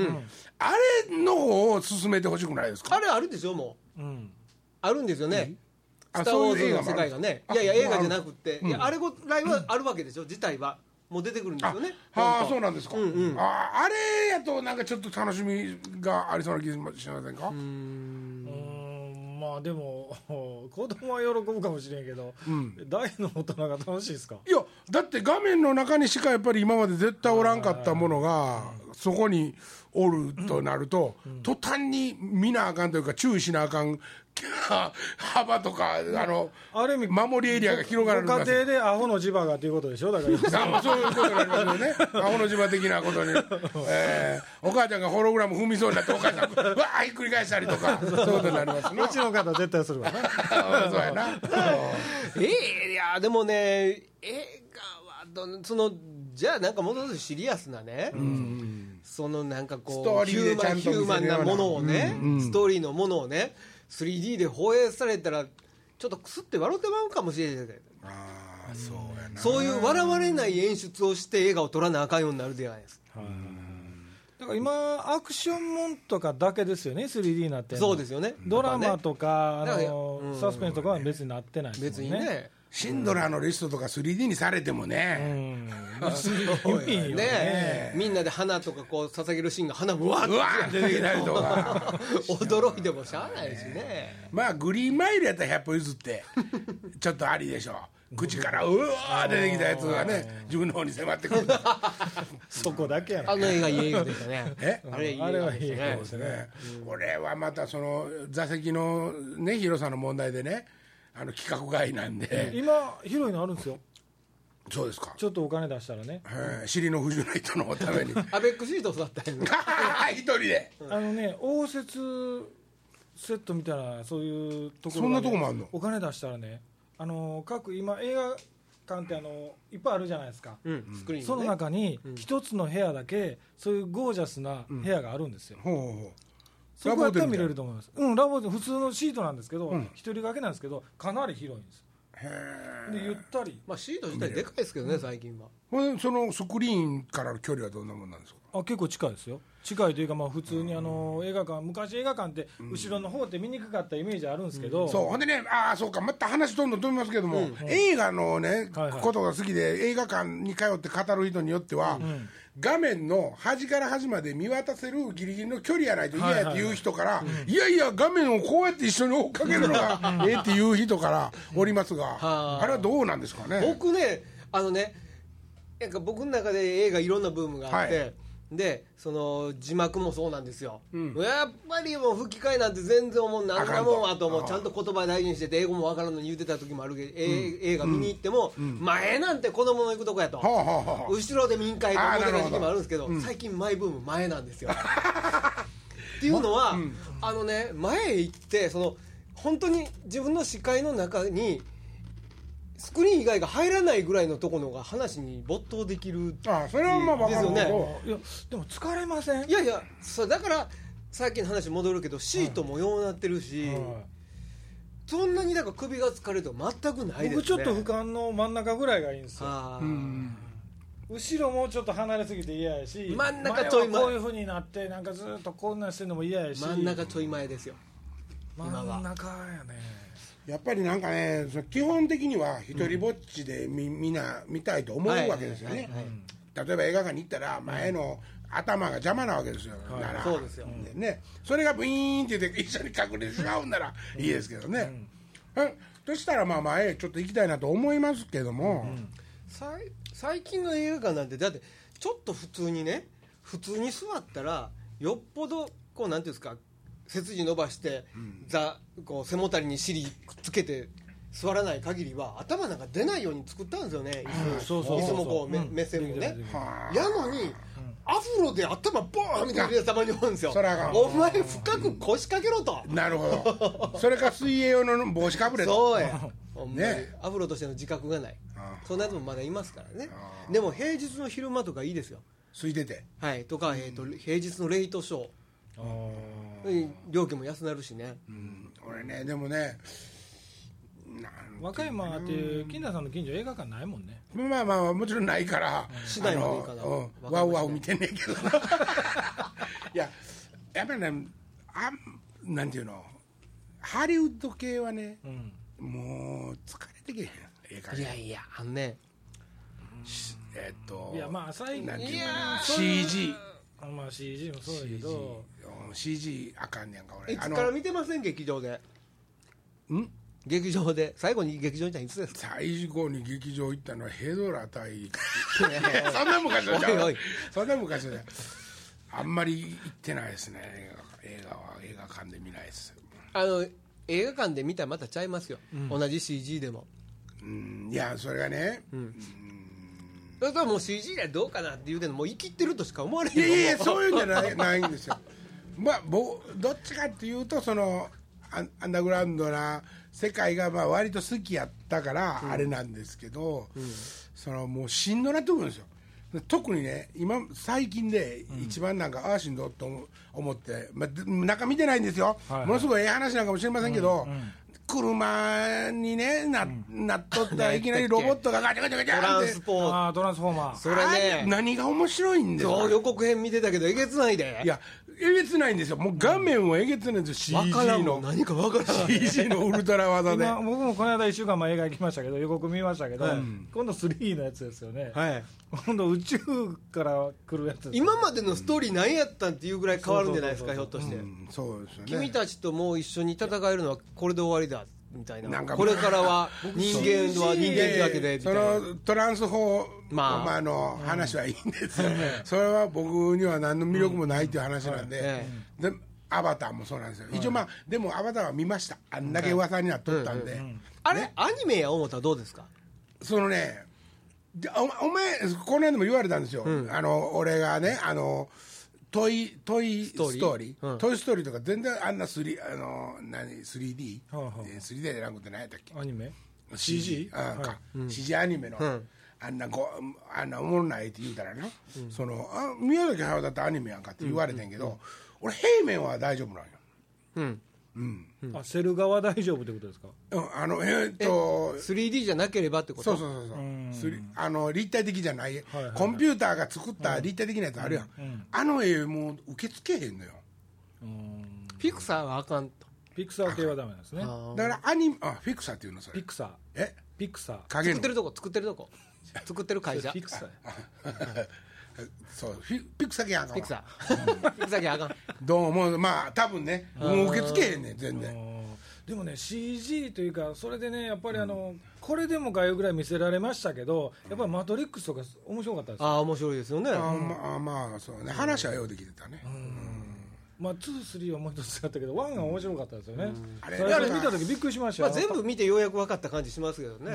A: あれの方を進めてほしくないですか
C: あれあるでしょもう
B: うん
C: あるんですよね「
A: あ
C: スター・ウォー
A: そうい
C: ズ」
A: う映画もあ
C: の
A: る
C: 世界がね
A: あ
C: いやいや
A: もう
C: 映画じゃ
A: ある
C: なくっていやあれぐらいはあるわけでしょ自体はもう出てくるんですよね
A: ああ
C: ポ
A: そ
C: ン
A: うなんですか、ああれやとなんかちょっと楽しみがありそうな気がしませんか、
B: うーんまあでも子供は喜ぶかもしれんけど、大の大人が楽しいですか
A: いやだって画面の中にしかやっぱり今まで絶対おらんかったものがそこにおるとなると、途端に見なあかんというか注意しなあかん幅とかあの
B: ある意味
A: 守りエリアが広がるん
B: ご
A: だ
B: 家庭でアホの磁場がということでしょだから
A: あまあそういうことになりますよね、 青の島的なことに、えーお母ちゃんがホログラム踏みそうになって、お母ちゃんがわあひっくり返したりとか、そういうことになり ますね
B: うちの方は絶対するわな
A: そうやな。
C: ええいやでもね映画はどのそのじゃあなんかものすごくシリアスなね、そのなんかこう
A: ストーリーでちゃんと
C: ヒューマン
A: 見せる
C: ヒ
A: ような
C: ューマンなものをね、ストーリーのものをね 3D で放映されたらちょっとくすって笑ってまうかもしれないけど
A: ああ、そうやな。
C: そういう笑われない演出をして映画を撮らなあかんようになるじゃないですか
B: だから今アクションもんとかだけですよね 3D になってんの
C: そうですよね
B: ドラマとか、
C: だ
B: あ
C: から
B: のサスペンスとかは別になってないです
C: 別
B: もんね
C: にね
A: シンドラーのリストとか 3D にされてもね。
B: うん別にいい
C: ね
B: よね
C: みんなで花とかこう捧げるシーンが花ぶわっ
A: うわー出てきたりとか。
C: と 驚いてもしゃあないしね
A: まあ、グリーンマイルやったら100歩譲って、 ちょっとありでしょう。口からうわー出てきたやつがね、自分の方に迫ってくる。
B: そこだけやな
C: あの映画いい映画でしたね
A: え
C: あれいい映画
B: あ
C: でした
B: れはいい映
C: ね
B: 画です
A: ね、これはまたその座席のね、広さの問題でね、あの企画外なんで、
B: 今広いのあるんですよ
A: そうですか。
B: ちょっとお金出したらね
A: えー尻の不自由な人のため に。
C: アベックシートだったよね
A: 一人で。
B: あのね応接セットみたいなそういうところがね、
A: そんなとこもあんの
B: お金出したらねあの各今映画館ってあのいっぱいあるじゃないですか、
C: うんスクリーン
B: その
C: のね
B: 中に一つの部屋だけそういうゴージャスな部屋があるんですよ、
A: ほうほうほう。
B: そこやったら見れると思いますうんラボで普通のシートなんですけど一、人掛けなんですけどかなり広いんですでゆったり
C: まあシート自体でかいですけどね最近は
A: ほんでそのスクリーンからの距離はどんなもんなんですか
B: あ結構近いですよ近いというかまあ普通にあの映画館昔映画館って後ろの方って見にくかったイメージあるんですけど、
A: そうほんでねああそうかまた話どんどん飛びますけども、映画のね、
B: はいはい
A: ことが好きで映画館に通って語る人によっては、画面の端から端まで見渡せるギリギリの距離やないと嫌やっていう人から、いやいや画面をこうやって一緒に追っかけるのがええっていう人からおりますが、
C: はあ
A: あれはどうなんですかね
C: 僕ねあのねなんか僕の中で映画いろんなブームがあって、
A: は
C: でその字幕もそうなんですよ、やっぱりもう吹き替えなんて全然思うなんなもんはと思
A: あ
C: う
A: かん
C: ち
A: と
C: ゃんと言葉大事にしてて英語もわからんのに言ってた時もあるけど、え映画見に行っても、前なんて子供の行くとこやと、
A: はあはあはあ
C: 後ろで民会と
A: あー
C: 表
A: なるほど
C: の時期もあるんですけど最近マイブーム前な んですよっていうのは、あのね前へ行ってその本当に自分の視界の中にスクリーン以外が入らないぐらいのところが話に没頭できる
A: ああそれはまあ分かるけ
C: です
A: ど、
C: よ
B: いやでも疲れません
C: いやいやそうだからさっきの話戻るけどシートもようなってるし、そんなになんか首が疲れるとか全くないですね
B: 僕ちょっと俯瞰の真ん中ぐらいがいいんですよ
C: あー
B: 後ろもうちょっと離れすぎて嫌やし
C: 真ん中ちょい前
B: 前はこういうふうになってなんかずっとこんなんしてるのも嫌やし
C: 真ん中ちょい前ですよ
B: 真ん中やね
A: やっぱりなんかねその基本的には一人ぼっちでみ,、みんな見たいと思うわけですよね、例えば映画館に行ったら前の頭が邪魔なわけですよ、なら
C: そうですよ
A: ね、それがブイーンって言って一緒に隠れてしまうんならいいですけどね、うんそしたらまあ前へちょっと行きたいなと思いますけども、
C: さい最近の映画館なんてだってちょっと普通にね普通に座ったらよっぽどこうなんていうんですか背筋伸ばして、ざこう背もたれに尻くっつけて座らない限りは頭なんか出ないように作ったんですよね椅子
B: そうそうそう
C: 椅子もこう、め
B: うん
C: 目線も
B: でき
C: ね
B: てるでき
A: はあ
C: やのに、アフロで頭ボーンみたいなやつたまにおるんですよ
A: そらあかん
C: お前深く腰掛けろと、
A: なるほど それか水泳用の帽子かぶれと
C: そうやほんまに
A: ね
C: アフロとしての自覚がない
A: あ
C: そんなやつもまだいますからねでも平日の昼間とかいいですよ
A: 空いてて
C: はいとか、えー、と平日のレイトショー
B: あー
C: うん料金も安なるしね、
A: うん俺ねでもね
B: 和歌山って金田さんの近所映画館ないもんね
A: まあまあもちろんないから
C: 市内まで行かな
A: あのうんワウワウ見てんねんけど ないややっぱりねあんなんていうのハリウッド系はね、
B: ん
A: もう疲れてけへんええ感
C: い
A: じ
C: やいやあんね
A: えっと
B: いやまあ最近
A: なんていう
B: や
A: かな
B: そういう
A: CG
B: あまあ CG もそうだけ
A: CG
B: ど
A: うん CG あかんねやんか俺
C: いつから見てません劇場で
A: ん
C: 劇場で最後に劇場にいたのいつですか
A: 最後に劇場行ったのはヘドラ 対そんな昔のじゃ
C: おいお
A: ん
C: い
A: そんな昔のじゃんあんまり行ってないですね映画映画は映画館で見ないです
C: あの映画館で見たらまたちゃいますよ、同じ CG でも
A: うんいやそれがね、
C: それとはもう CG でどうかなって言うけどもう生きてるとしか思われへん
A: いやいやいや
C: もう
A: そういうんじゃないないんですよまあ僕どっちかっていうとそのアンアンダーグラウンドな世界がまあ割と好きやったからあれなんですけど、そのもうしんどなってくるんですよ特にね今最近で一番なんか、ああしんどと思思って、まあ、で中見てないんですよ、
B: はいはい
A: ものすごいええ話なんかもしれませんけど、車にねな,、なっとったらいきなりロボットがガチャガチャガチャ
C: ト
A: って
C: ランスポー
B: ああトランスフォーマー
C: それ
A: あ
C: ね
A: 何が面白いんです
C: ツ
A: か
C: そう予告編見てたけどえげつないで
A: いや、えげつないんですよ、もう画面はえげつないんですよ、
C: わ
A: CG
C: からんもん
A: の、
C: 何かわからん
A: CG のウルトラ技で、
B: 今僕もこの間1週間前映画行きましたけど予告見ましたけど、今度3のやつですよね、
C: はい
B: 今度宇宙から来るやつです
C: 今までのストーリー何やったんっていうぐらい変わるんじゃないですかひょっとして、
A: うんそうですよね
C: 君、たちともう一緒に戦えるのはこれで終わりだみたいな
A: なんか
C: これからは人間は人間だけでみ
A: そ
C: たいな
A: のトランス法、
C: ま
A: ま
C: あ
A: あ、の話はいいんですよ、それは僕には何の魅力もないという話なんで、
C: うんはいえ
A: でアバターもそうなんですよ、一応、まあ、でもアバターは見ました、あんだけ噂になっとったんで。
C: あれアニメや思ったらどうですか
A: そのねでおお前この間も言われたんですよ、あの俺がねあのトイトイストーリー
C: ストーリーうん
A: トイストーリーとか全然あんなスリあの何 3D、
B: はあはあ
A: えー 3D じゃなくて何やったっけ
B: アニメ
A: CG あか、CG アニメの、
C: ん
A: あんなこうあんなおもろないって言うたらな、そのあ宮崎駿だってアニメやんかって言われてんけど、俺平面は大丈夫なんよ、
C: うん
B: あセル側大丈夫ってことですか
A: うん、あのえーっと
C: 3D じゃなければってこ
A: そ
C: と
A: うそうそうそうすりあの立体的じゃない、
B: はいはい
A: コンピューターが作った立体的なやつあるやん、あの絵もう受け付けへんのよ
B: うん
C: ピクサーはあかんと
B: ピクサー系はダメなんですね
C: あー
A: だからアニメあフィクサーっていうのそ
B: ピ
A: れ
B: クサー
A: え
B: ピクサー
A: 影
C: 作
A: の
C: ってるとこ作ってるとこ作ってる会社
B: ピクサー
A: そうフィピクサー系やんか
C: ピクサーピクサーじゃあかん
A: どうもまあ多分ねもう受け付けへんねん全然
B: うんでもね CG というかそれでねやっぱりあの、これでもかよぐらい見せられましたけどやっぱり「マトリックス」とか面白かったですよ
C: ああ面白いですよね
A: あまあまあそうね話はようできてたね、
B: まあ、23はもう一つだったけど1が面白かったですよね、
A: あ
B: そ
A: れ
B: れ
A: だ
B: あ
A: から
B: れ見た時びっくりしました
C: ま
B: よ、
C: あ、全部見てようやく分かった感じしますけどね、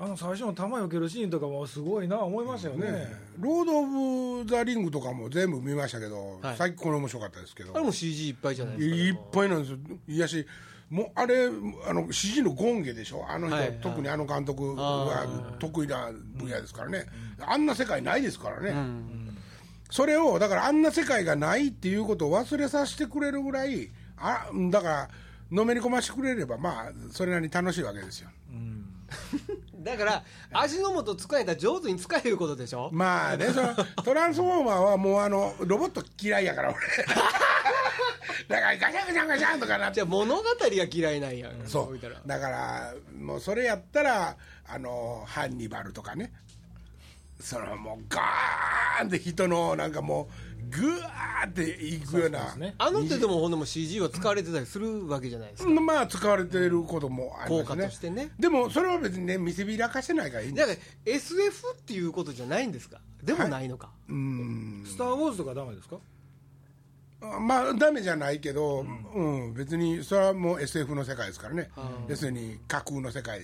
B: あの最初の弾よけるシーンとかもすごいな思いましたよね
A: ロード・オブ・ザ・リングとかも全部見ましたけど、
C: はい
A: 最近これ面白かったですけど
C: あれも CG いっぱいじゃないですか、
A: いっぱいなんですよ、いやし、もうあれ、あの指示の権下でしょ、あの人、
C: はいはい
A: 特にあの監督は得意な分野ですからね、あんな世界ないですからね、それをだから、あんな世界がないっていうことを忘れさせてくれるぐらい、あだから、のめり込ましてくれれば、まあ、それなりに楽しいわけですよ。
C: だから味の素使えたら上手に使えることでしょ
A: まあね、そのトランスフォーマーはもうあのロボット嫌いやから俺 だからガシャンガシャンガシャンとかなって
C: じゃあ物語が嫌いなんや
A: そ
C: 見たら
A: うだからもうそれやったらあのハンニバルとかねそのもうガーンって人のなんかもうグワーっていくような
B: そうですね
C: あの手でもほんでも CG は使われてたりするわけじゃないですか、
A: うんまあ使われてることもありますね
C: 効果としてね
A: でもそれは別にね見せびらかしてないからいいんだ
C: だから SF っていうことじゃないんですかでもないのか、
A: うん
B: スター・ウォーズ」とかダメですか
A: まあダメじゃないけど、うん別にそれはもう SF の世界ですからね要するに架空の世界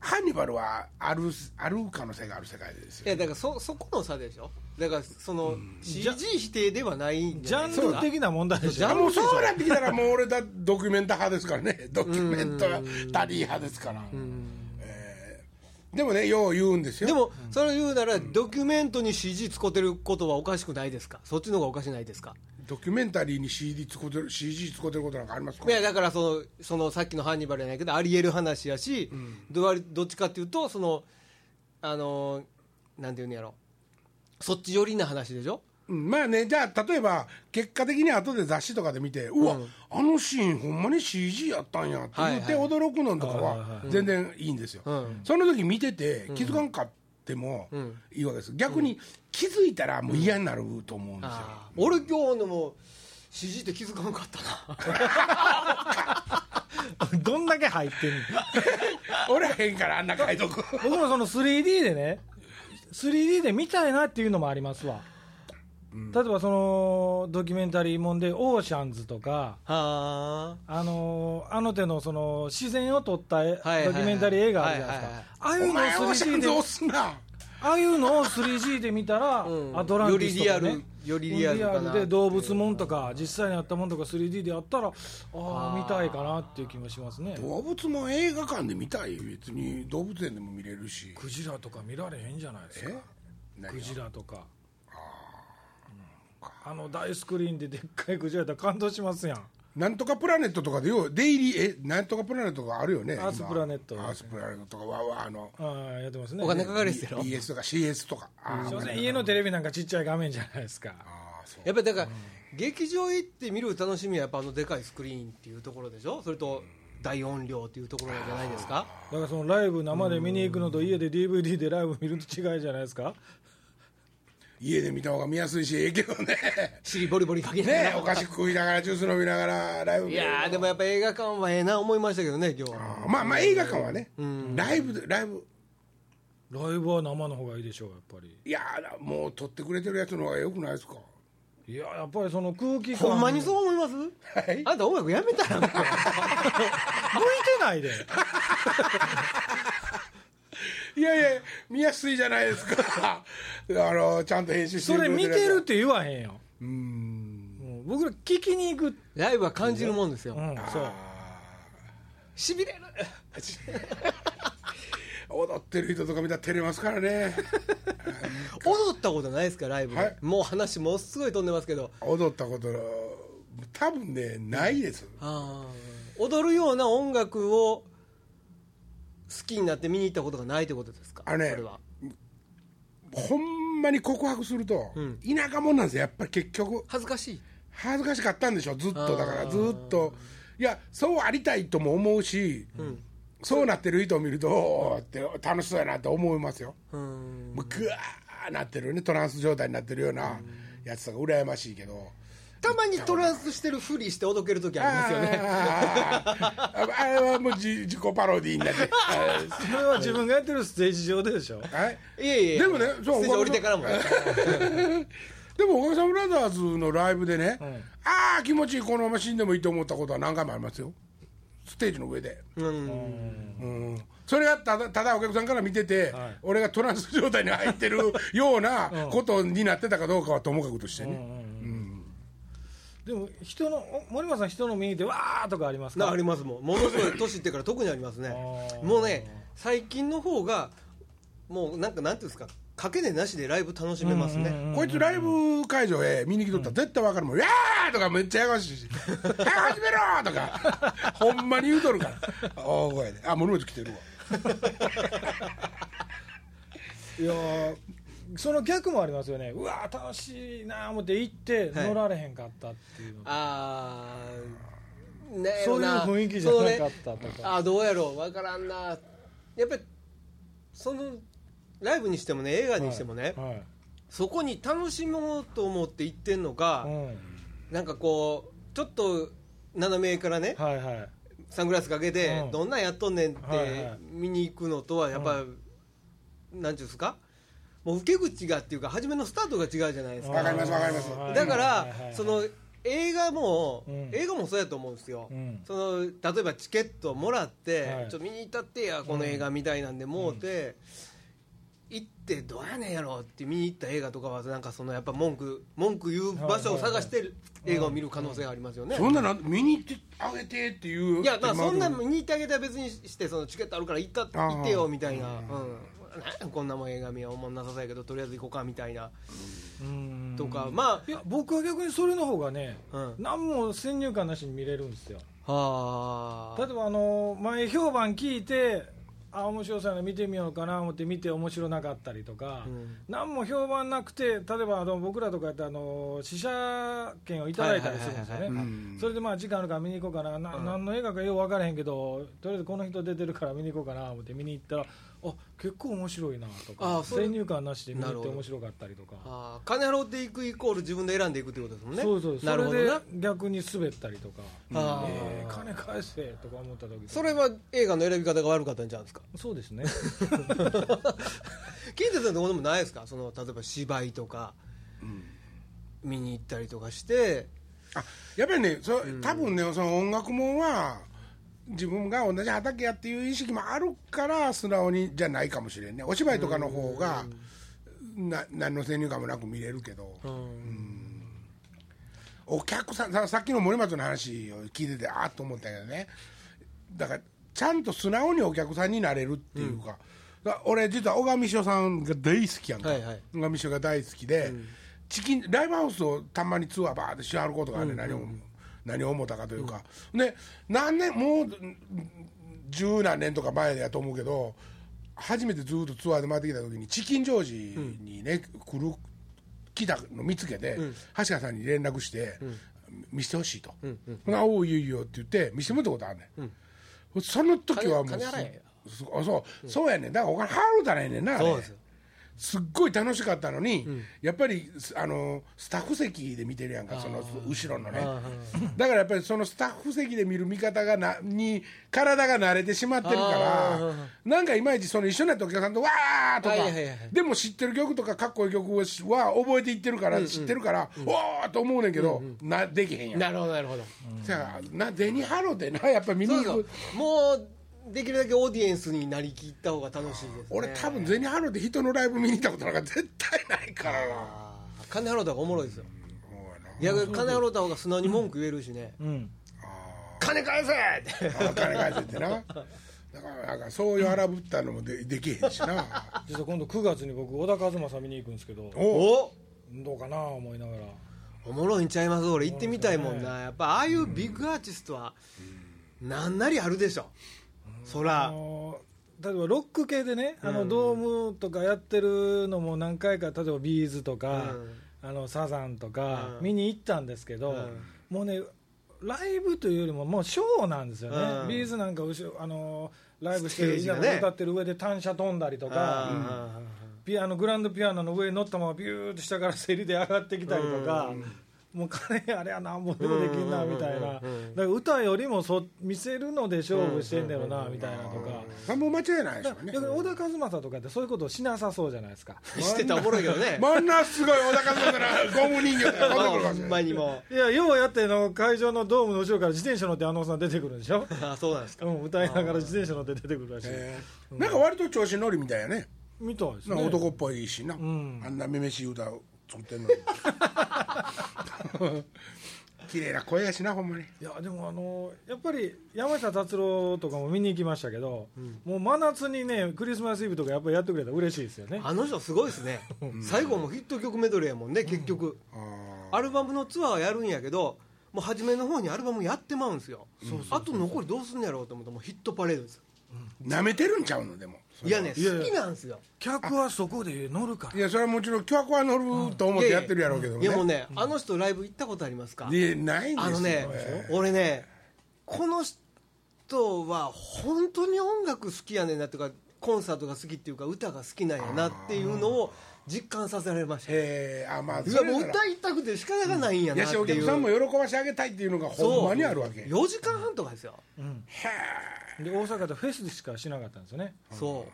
A: ハンニバルはあるある可能性がある世界ですよ
C: いやだからそそこの差でしょだからその CG 否定ではないん
B: ジ
C: じ
B: ャ
C: ゃないです
B: ンル
C: か
B: 的な問題でし
C: ジャ
B: ょ
C: ン
A: あもうそうなってきたらもう俺だドキュメンタ派ですからねドキュメンタリー派ですから、えでもねよう言うんですよ
C: でもそれを言うなら、ドキュメントに CG 使ってることはおかしくないですかそっちの方がおかしないですか
A: ドキュメンタリーに CD 使ってる CG 使ってることなんかありますか
C: いやだからそのそのさっきのハンニバルじゃないけどありえる話やし、どどっちかっていうとそのあのなんていうんやろそっち寄りな話でしょ
A: うんまあねじゃあ例えば結果的に後で雑誌とかで見てうわ、あのシーンほんまに CG やったんやって言って
C: はいは
A: 驚くのとかは全然いいんですよ、
C: ん
A: その時見てて気づかんかってもいいわけです逆に気づいたらもう嫌になると思うんですよ、
C: あー俺今日のも CG って気づかなかったな
B: どんだけ入ってんの
A: 俺らへんからあんな解読
B: 僕もその 3D でね 3D で見たいなっていうのもありますわ、例えばそのドキュメンタリーもんで「オーシャンズ」とか
C: は
B: あのーあの手のその自然を撮ったえドキ
C: はいはい
B: ュメンタリー映画あるじゃないですか、
A: お前
B: ああいうの
A: オー
B: を
A: シャン
B: 3D
A: ズ
B: で
A: 押すな
B: ああいうのを 3G で見たら、
C: うん
B: アトランティスとか、ね、
C: よりリアルよりリアルかな
B: リアルで動物もんとか実際にあったもんとか 3D でやったらああ見たいかなっていう気もしますね
A: 動物も映画館で見たい別に動物園でも見れるし
B: クジラとか見られへんじゃないですか
A: え何
B: ク
A: が
B: ジラとかあの大スクリーンででっかいクジラやったら感動しますやん
A: なんとかプラネットとかでようデイリーえなんとかプラネットがあるよね
B: アースプラネット
A: 今アースプラネットとかわわあの
B: ああやってますね
C: お金かかるやつやろ
A: BS とか CS とかあ
B: すい
A: ー
B: ません家のテレビなんかちっちゃい画面じゃないですか
A: あーそう
C: やっぱりだから、劇場行って見る楽しみはやっぱあのでかいスクリーンっていうところでしょそれと大音量っていうところじゃないですか
B: だからそのライブ生で見に行くのと家で DVD でライブ見ると違いじゃないですか
A: 家で見た方が見やすいしええけど ね
C: 尻ボリボリかけながら
A: ねお菓子食いながらジュース飲みながらライブ見
C: い
A: る
C: やーでもやっぱ映画館はええな思いましたけどね今日は
A: あーまあまあ映画館はねライブでライブ
B: ライブは生の方がいいでしょうやっぱり
A: いやーもう撮ってくれてるやつの方がよくないですか
B: いややっぱりその空気感
C: ほんまにそう思います、
A: はい
C: あんた音楽やめたらもう
B: 向いてない で
A: いやいや見やすいじゃないですか あのちゃんと編集して
B: それ見てるっ
A: や
B: て言わへんよ
A: つうん
B: うん僕ら聞きに行く
C: ライブは感じるもんですよ、
B: うんそう
C: しびれる
A: 踊ってる人とか見たら照れますから ね
C: 踊ったことないですかライブで、
A: はい
C: もう話ものすごい飛んでますけど
A: 踊ったこと多分ねないです
C: あー踊るような音楽を好きになって見に行ったことがないってことですか
A: あれ
C: それは
A: ほんまに告白すると、田舎者なんですよやっぱり結局
C: 恥ずかしい
A: 恥ずかしかったんでしょずっとだからずっといやそうありたいとも思うし、そうなってる人を見るとおーって楽しそうやなって思いますよ
C: うん
A: もうグワーなってるねトランス状態になってるようなやつとか羨ましいけど、
C: たまにトランスしてるふりしておどける時ありますよね
A: あーあれはもう自自己パロディーになって。
B: それは自分がやってるステージ上ででしょ
A: はい
C: いえいえ
A: でもねそう
C: ステージ降りてからも
A: でも、おかげさんブラザーズのライブでね、ああ、気持ちいい、このまま死んでもいいと思ったことは何回もありますよ、ステージの上で。
C: うん
A: うんそれがただただお客さんから見てて、
B: はい
A: 俺がトランス状態に入ってるようなことになってたかどうかはともかくとしてね、
B: でも人のお森松さん人の右でわーとかあります
C: な
B: か
C: ありますもんものすごい年いってから特にありますね
B: あー
C: もうね最近の方がもうなんかなんていうんですか掛け値なしでライブ楽しめますね、
A: こいつライブ会場へ見に来とったら絶対分かるもん「やー!」とかめっちゃやがしい し「早く始めろ!」とかほんまに言うとるから大声で「あ森本来てるわ」
B: いやーその逆もありますよねうわー楽しいなー思って行って
C: はい
B: 乗られへんかったっていうの、
C: あーねえ
B: そういう
C: な
B: 雰囲気じゃなかったとか
C: そのね、あーどうやろう分からんなやっぱりそのライブにしてもね映画にしてもね、
B: はいはい
C: そこに楽しもうと思って行ってんのか、
B: うん
C: なんかこうちょっと斜めからね、
B: はいはい
C: サングラスかけて、
B: うん
C: どんなんやっとんねんっ
B: はいは
C: て
B: い
C: 見に行くのとはやっぱ、なんていうんですかもう受け口がっていうか初めのスタートが違うじゃないです
A: わ
C: か
A: かりますわかります
B: はい
C: だから、
B: はいはいはい
C: その映画も、
B: うん
C: 映画もそうやと思うんですよ、
B: うん
C: その例えばチケットもらって、
B: はい
C: ちょっと見に行ったってやこの映画みたいなんでもうて、行ってどうやねんやろって見に行った映画とかはなんかそのやっぱ文句文句言う場所を探して映画を見る可能性がありますよね、
A: そんなの見に行ってあげてっていう
C: いやまあ
A: 今
C: そんな見に行ってあげたら別にしてそのチケットあるから行った
A: あー
C: 行ってよみたいな、うんなんやこんなもん映画見はおもんなさそうやけどとりあえず行こうかみたいな
B: うん
C: とか、ま
B: いや僕は逆にそれの方がね、
C: うん
B: 何も先入観なしに見れるんですよ
C: あは
B: 例えばあの前評判聞いてあ面白そうやな見てみようかな思って見て面白なかったりとか、
C: うん
B: 何も評判なくて例えばあの僕らとかやったらあの試写券をいただいたりするんですよ
C: はいはいはい
A: は
B: ね
A: いうん
B: それでまあ時間あるから見に行こうかなな、
C: うん
B: 何の映画かよう分からへんけどとりあえずこの人出てるから見に行こうかな思って見に行ったらあ結構面白いなと
C: あ
B: か
C: それ
B: 先入観なしで見に
C: なる
B: 行って
C: ほど
B: 面白かったりとか。
C: あー金払っていくイコール自分で選んでいくということですもんね
B: そうそう
C: なるほどな
B: それで逆に滑ったりとか、
C: あー
B: えー金返せとか思った時とか
C: それは映画の選び方が悪かったんじゃないですか
B: そうです ね
C: 金田さんどこでもないですかその例えば芝居とか、見に行ったりとかして
A: あやっぱりねそ多分ねその音楽もんは自分が同じ畑やっていう意識もあるから素直にじゃないかもしれんねお芝居とかの方がな何の先入観もなく見れるけど、お客さんささっきの森松の話を聞いててあっと思ったけどねだからちゃんと素直にお客さんになれるっていうか,、俺実は小上翔さんが大好きやんか、
C: はいはい
A: 小上翔が大好きで、チキンライブハウスをたまにツアーバーってしはることがあって、何を何を思ったかというか、で何年もう十何年とか前やと思うけど初めてずっとツアーで回ってきた時にチキンジョージにね、来る来たの見つけて、橋川さんに連絡して、見せてほしいと「ほなおういいよいいよ」って言って見せてもらったことあんねん、その時はもう
C: 金金払え
A: すあそう、そうやねんだからお金払うたらええねんなあれ
C: そうですよ
A: すっごい楽しかったのに、やっぱりすあのスタッフ席で見てるやんかその後ろのね だからやっぱりそのスタッフ席で見る見方がなに体が慣れてしまってるからなんかいまいちその一緒になったお客さんと「わー!」とか、
C: はいはいはいはい
A: でも知ってる曲とかかっこいい曲は覚えていってるから知ってるから、おーと思うねんけど、なできへんやん。
C: なるほどなるほど
A: じゃあなデニハロでなやっぱ見に
C: そ
A: 行
C: う
A: く
C: そうもうできるだけオーディエンスになりきった方が楽しいです、ね、
A: 俺多分ゼニハロで人のライブ見に行ったことなんか絶対ないからな
C: あー金払うた方がおもろいですよ
A: もうな
C: 逆に金払うた方が素直に文句言えるしね、
B: うん
C: 金返せって
A: あ金返せってなだからなんかそういう荒ぶったのもでできへんしな
B: 実は今度9月に僕小田和正さん見に行くんですけど
A: お
C: お
B: どうかな思いながら
C: おもろいんちゃいます俺行ってみたいもんなやっぱああいうビッグアーティストはなんなりあるでしょそ
B: あ
C: ら
B: の例えばロック系でねあのドームとかやってるのも何回か例えばビーズとか、あのサザンとか
C: うん
B: 見に行ったんですけど、もうねライブというよりももうショーなんですよね、
C: うん
B: ビーズなんか後ろあのライブして
C: ステー
B: る
C: ジ
B: 稲
C: がね
B: 葉が歌ってる上で単車飛んだりとか、
C: あ
B: ピアノグランドピアノの上に乗ったままビューッと下から競りで上がってきたりとか、もう金あれやなんぼでもできんなみたいな、だから歌よりもそ見せるので勝負してんだよなみたいなとか。
A: あもう間違いないでし
B: だ
A: ょ
B: か
A: うね
B: ら逆に小田和正とかってそういうことをしなさそうじゃないですか
C: ー知ってたらおもろいけどね
A: 真ん中すごい小高さんからゴム人形とか
C: ま
A: 飛んでくる
C: あほ
A: かもし
C: ん
A: れな
C: ま
A: い
C: にも
B: いやようやっての会場のドームの後ろから自転車乗ってあのおっさん出てくるんでしょ、
C: うあそうなんですか
B: うん、歌いながら自転車乗って出てくるらしい、
A: えーなんか割と調子乗りみたいやね
B: みたいです
A: な
B: ね
A: んか男っぽいしな、あんなめめしい歌を作ってんのに 綺麗な声やしなほんまに
B: いやでもあのやっぱり山下達郎とかも見に行きましたけど、もう真夏にねクリスマスイブとかやっぱりやってくれたら嬉しいですよね
C: あの人すごいですね最後もヒット曲メドレーやもんね結局アルバムのツアーはやるんやけどもう初めの方にアルバムやってまうんですよあと残りどうすんのやろうと思ったらもうヒットパレードですよ
A: なめてるんちゃうのでも
C: いやね
B: いやいや
C: 好きなんですよ
B: 客はそこで乗るか
A: いやそれはもちろん巨悪は乗ると思ってやってるやろうけどね
C: いやもうねあの人ライブ行ったことありますか
A: でないんですよ
C: あのね
A: え
C: 俺ねこの人は本当に音楽好きやねんなとかコンサートが好きっていうか歌が好きなんやなっていうのを実感させられました
A: えあまあ
C: いやもう
A: れなら
C: 歌いたくて仕方がないんやな
A: や
C: って
A: し
C: いう、
A: お客さんも喜ばしてあげたいっていうのがほんまにあるわけ
C: 4時間半とかですよ、
B: で大阪でフェスしかしなかったんですよね
C: そ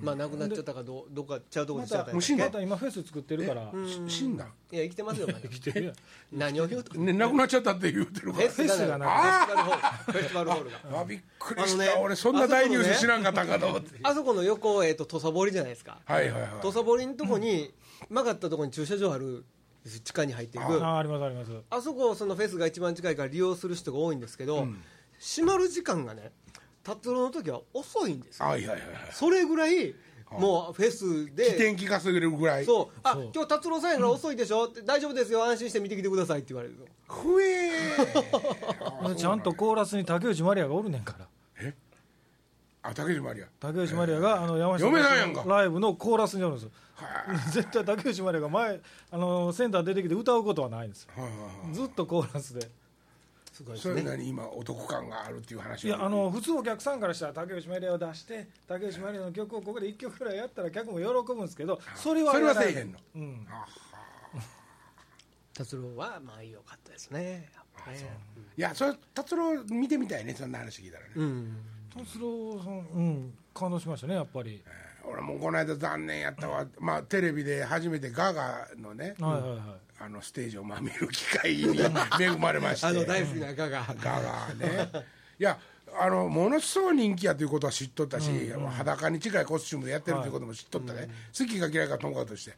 C: まあなくなっちゃったかどどっかちゃうとこ
B: ま
C: にしちゃ
B: た
C: った
B: ま
C: んや
A: もう死んだ
B: た今フェス作ってるから
A: えし死んだ
C: いや生きてま すよまだ
B: 来てるやん
C: 何を言うと
A: ね亡くなっちゃったって言うてるか
C: フェ
A: ら
C: スがないフェスティバルホールフェスティバルホールが
A: あびっくりし
C: あの
A: た
C: ね
A: 俺そんな大ニュース知らんかったんかと思って
C: あそこの横えっと土佐堀じゃないですか
A: はいはいはい
C: 土佐堀のとこに曲がったとこに駐車場ある地下に入っていく
B: あありますあります
C: あそこそのフェスが一番近いから利用する人が多いんですけど、閉まる時間がね達郎の時は遅いんですよ
A: はいはいはい
C: それぐらいもうフェス
A: 起
C: で
A: 点気がするぐらい
C: そうあ今日達郎さんやから遅いでしょ、って大丈夫ですよ安心して見てきてくださいって言われるの
A: ふえ
B: ちゃんとコーラスに竹内まりやがおるねんから
A: あ竹島ありや
B: 竹内まりやがあの山下
A: 嫁なんやんか
B: のライブのコーラスにおるんですよ絶対竹内まりやが前あのセンター出てきて歌うことはないんですよ
A: はいはいはい
B: ずっとコーラスです
C: ごい
A: それなに今お得感があるっていう話
B: いやあの普通お客さんからしたら竹内まりやを出して竹内まりやの曲をここで1曲ぐらいやったら客も喜ぶんですけどそれは
A: それはせえ
B: やら
A: へ
B: ない
A: んの
B: うん
C: 達郎はまあ良かったですねやっぱね
A: いやそれ達郎見てみたいねそんな話聞いたらね、
C: うん
B: 達郎さんうん感動しましたねやっぱり
A: 俺もこの間残念やったわ、まあテレビで初めてガガのね、
B: はいはいはい
A: あのステージをまあ見る機会 に恵まれまして
C: あの大好きな歌が
A: ガガねいやあのものすごい人気やということは知っとったし、裸に近いコスチュームでやってるということも知っとったね、好きか嫌いかともかくとして、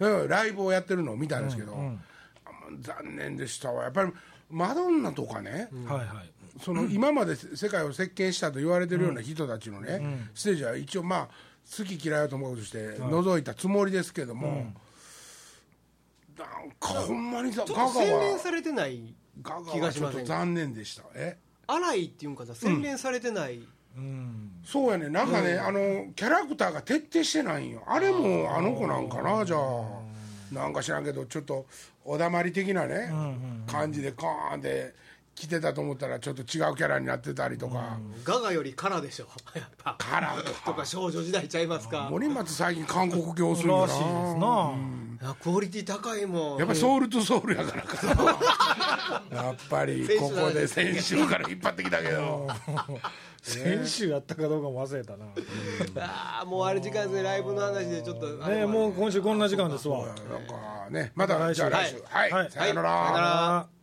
A: うんライブをやってるのを見たんですけど、あ残念でしたわやっぱりマドンナとかね、
B: はいはい
A: その今まで世界を席巻したと言われてるような人たちのね、ステージは一応まあ好き嫌いだと思うとして覗いたつもりですけども、なんかほんまにさ
C: ち
A: ガ
C: ょっ
A: ガ
C: と洗練
A: は
C: されてない
A: ガガ
C: 気
A: は
C: が
A: ち
C: し
A: ょっ
C: ま
A: と
C: せん
A: 残念でしたえ
C: 荒いっていうんかさ洗練されてない、
B: うん
A: そうやねなんかね、あのキャラクターが徹底してないんよあれもあの子なんかなじゃあなんか知らんけどちょっとおだまり的なね、感じでカーンって来てたと思ったらちょっと違うキャラになってたりとか、
C: ガガよりカラでしょ やっぱ
A: カラー
C: とか少女時代ちゃいますか
A: 森松最近韓国教するよ
B: ら
A: な
B: しいですな
C: あクオリティ高いもん
A: やっぱりソウルとソウルやからか なやっぱりここで先週から引っ張ってきたけど
B: 先週やったかどうかも忘れたな
C: ああもうあれ時間ですねライブの話でちょっとあ
B: ね
C: れ
B: もう今週こんな時間ですわ
A: なんかねまた
B: 来週
A: じゃあ来週はい、
B: はい
A: さよなら、
C: さよなら
B: あー